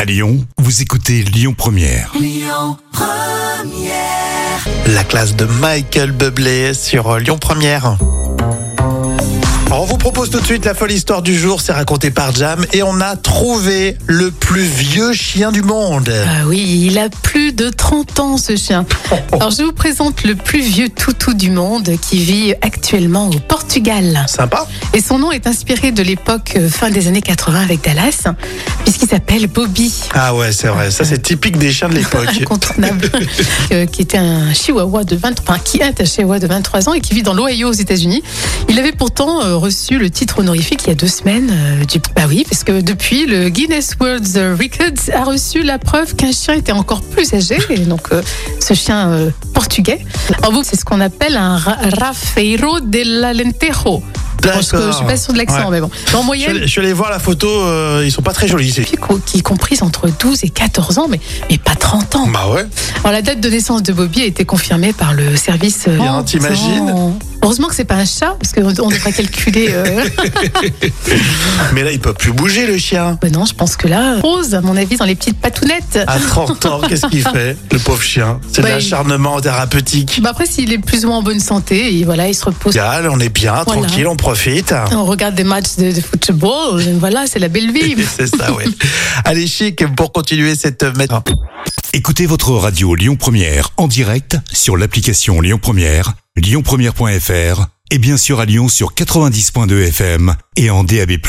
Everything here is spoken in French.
À Lyon, vous écoutez Lyon Première. La classe de Michael Bublé sur Lyon Première. On vous propose tout de suite la folle histoire du jour, c'est raconté par Jam et on a trouvé le plus vieux chien du monde. Ah oui, il a plus de 30 ans ce chien. Oh. Alors je vous présente le plus vieux toutou du monde qui vit actuellement au Portugal. Sympa. Et son nom est inspiré de l'époque euh, fin des années 80 avec Dallas, puisqu'il s'appelle Bobby. Ah ouais, c'est vrai, ça c'est typique des chiens de l'époque. Incontournable, euh, qui était un chihuahua de 23, enfin, qui est un chihuahua de 23 ans et qui vit dans l'Ohio aux États-Unis. Il avait pourtant euh, reçu le titre honorifique il y a deux semaines. euh, du... Bah oui, parce que depuis, le Guinness World Records a reçu la preuve qu'un chien était encore plus âgé. Et donc, euh, ce chien euh, portugais. En vous, c'est ce qu'on appelle un ra- Rafeiro del Alentejo. Bon, je, D'accord. je suis pas sûre de l'accent, Ouais. mais bon. Mais En Je suis, moyenne, allé, je suis allé voir la photo, euh, ils sont pas très jolis. c'est- depuis qu'au- qui est comprise entre 12 et 14 ans, mais, mais pas 30 ans. Bah ouais. Alors, la date de naissance de Bobby a été confirmée par le service. euh, Bien, t'imagines Oh. Heureusement que c'est pas un chat, parce qu'on on devrait calculer. euh, Mais là, il peut plus bouger le chien. Ben non, je pense que là, Rose, à mon avis, dans les petites patounettes. À 30 ans, qu'est-ce qu'il fait, le pauvre chien C'est de Bah, il- l'acharnement thérapeutique. Bah après, s'il est plus ou moins en bonne santé, et voilà, il se repose. Gal, on est bien, Voilà. tranquille, on profite. On regarde des matchs de, de football, et voilà, c'est la belle vie. C'est ça, oui. Allez, chic, pour continuer cette matinée. Écoutez votre radio Lyon Première en direct sur l'application Lyon Première, lyonpremière.fr et bien sûr à Lyon sur 90.2 FM et en DAB+.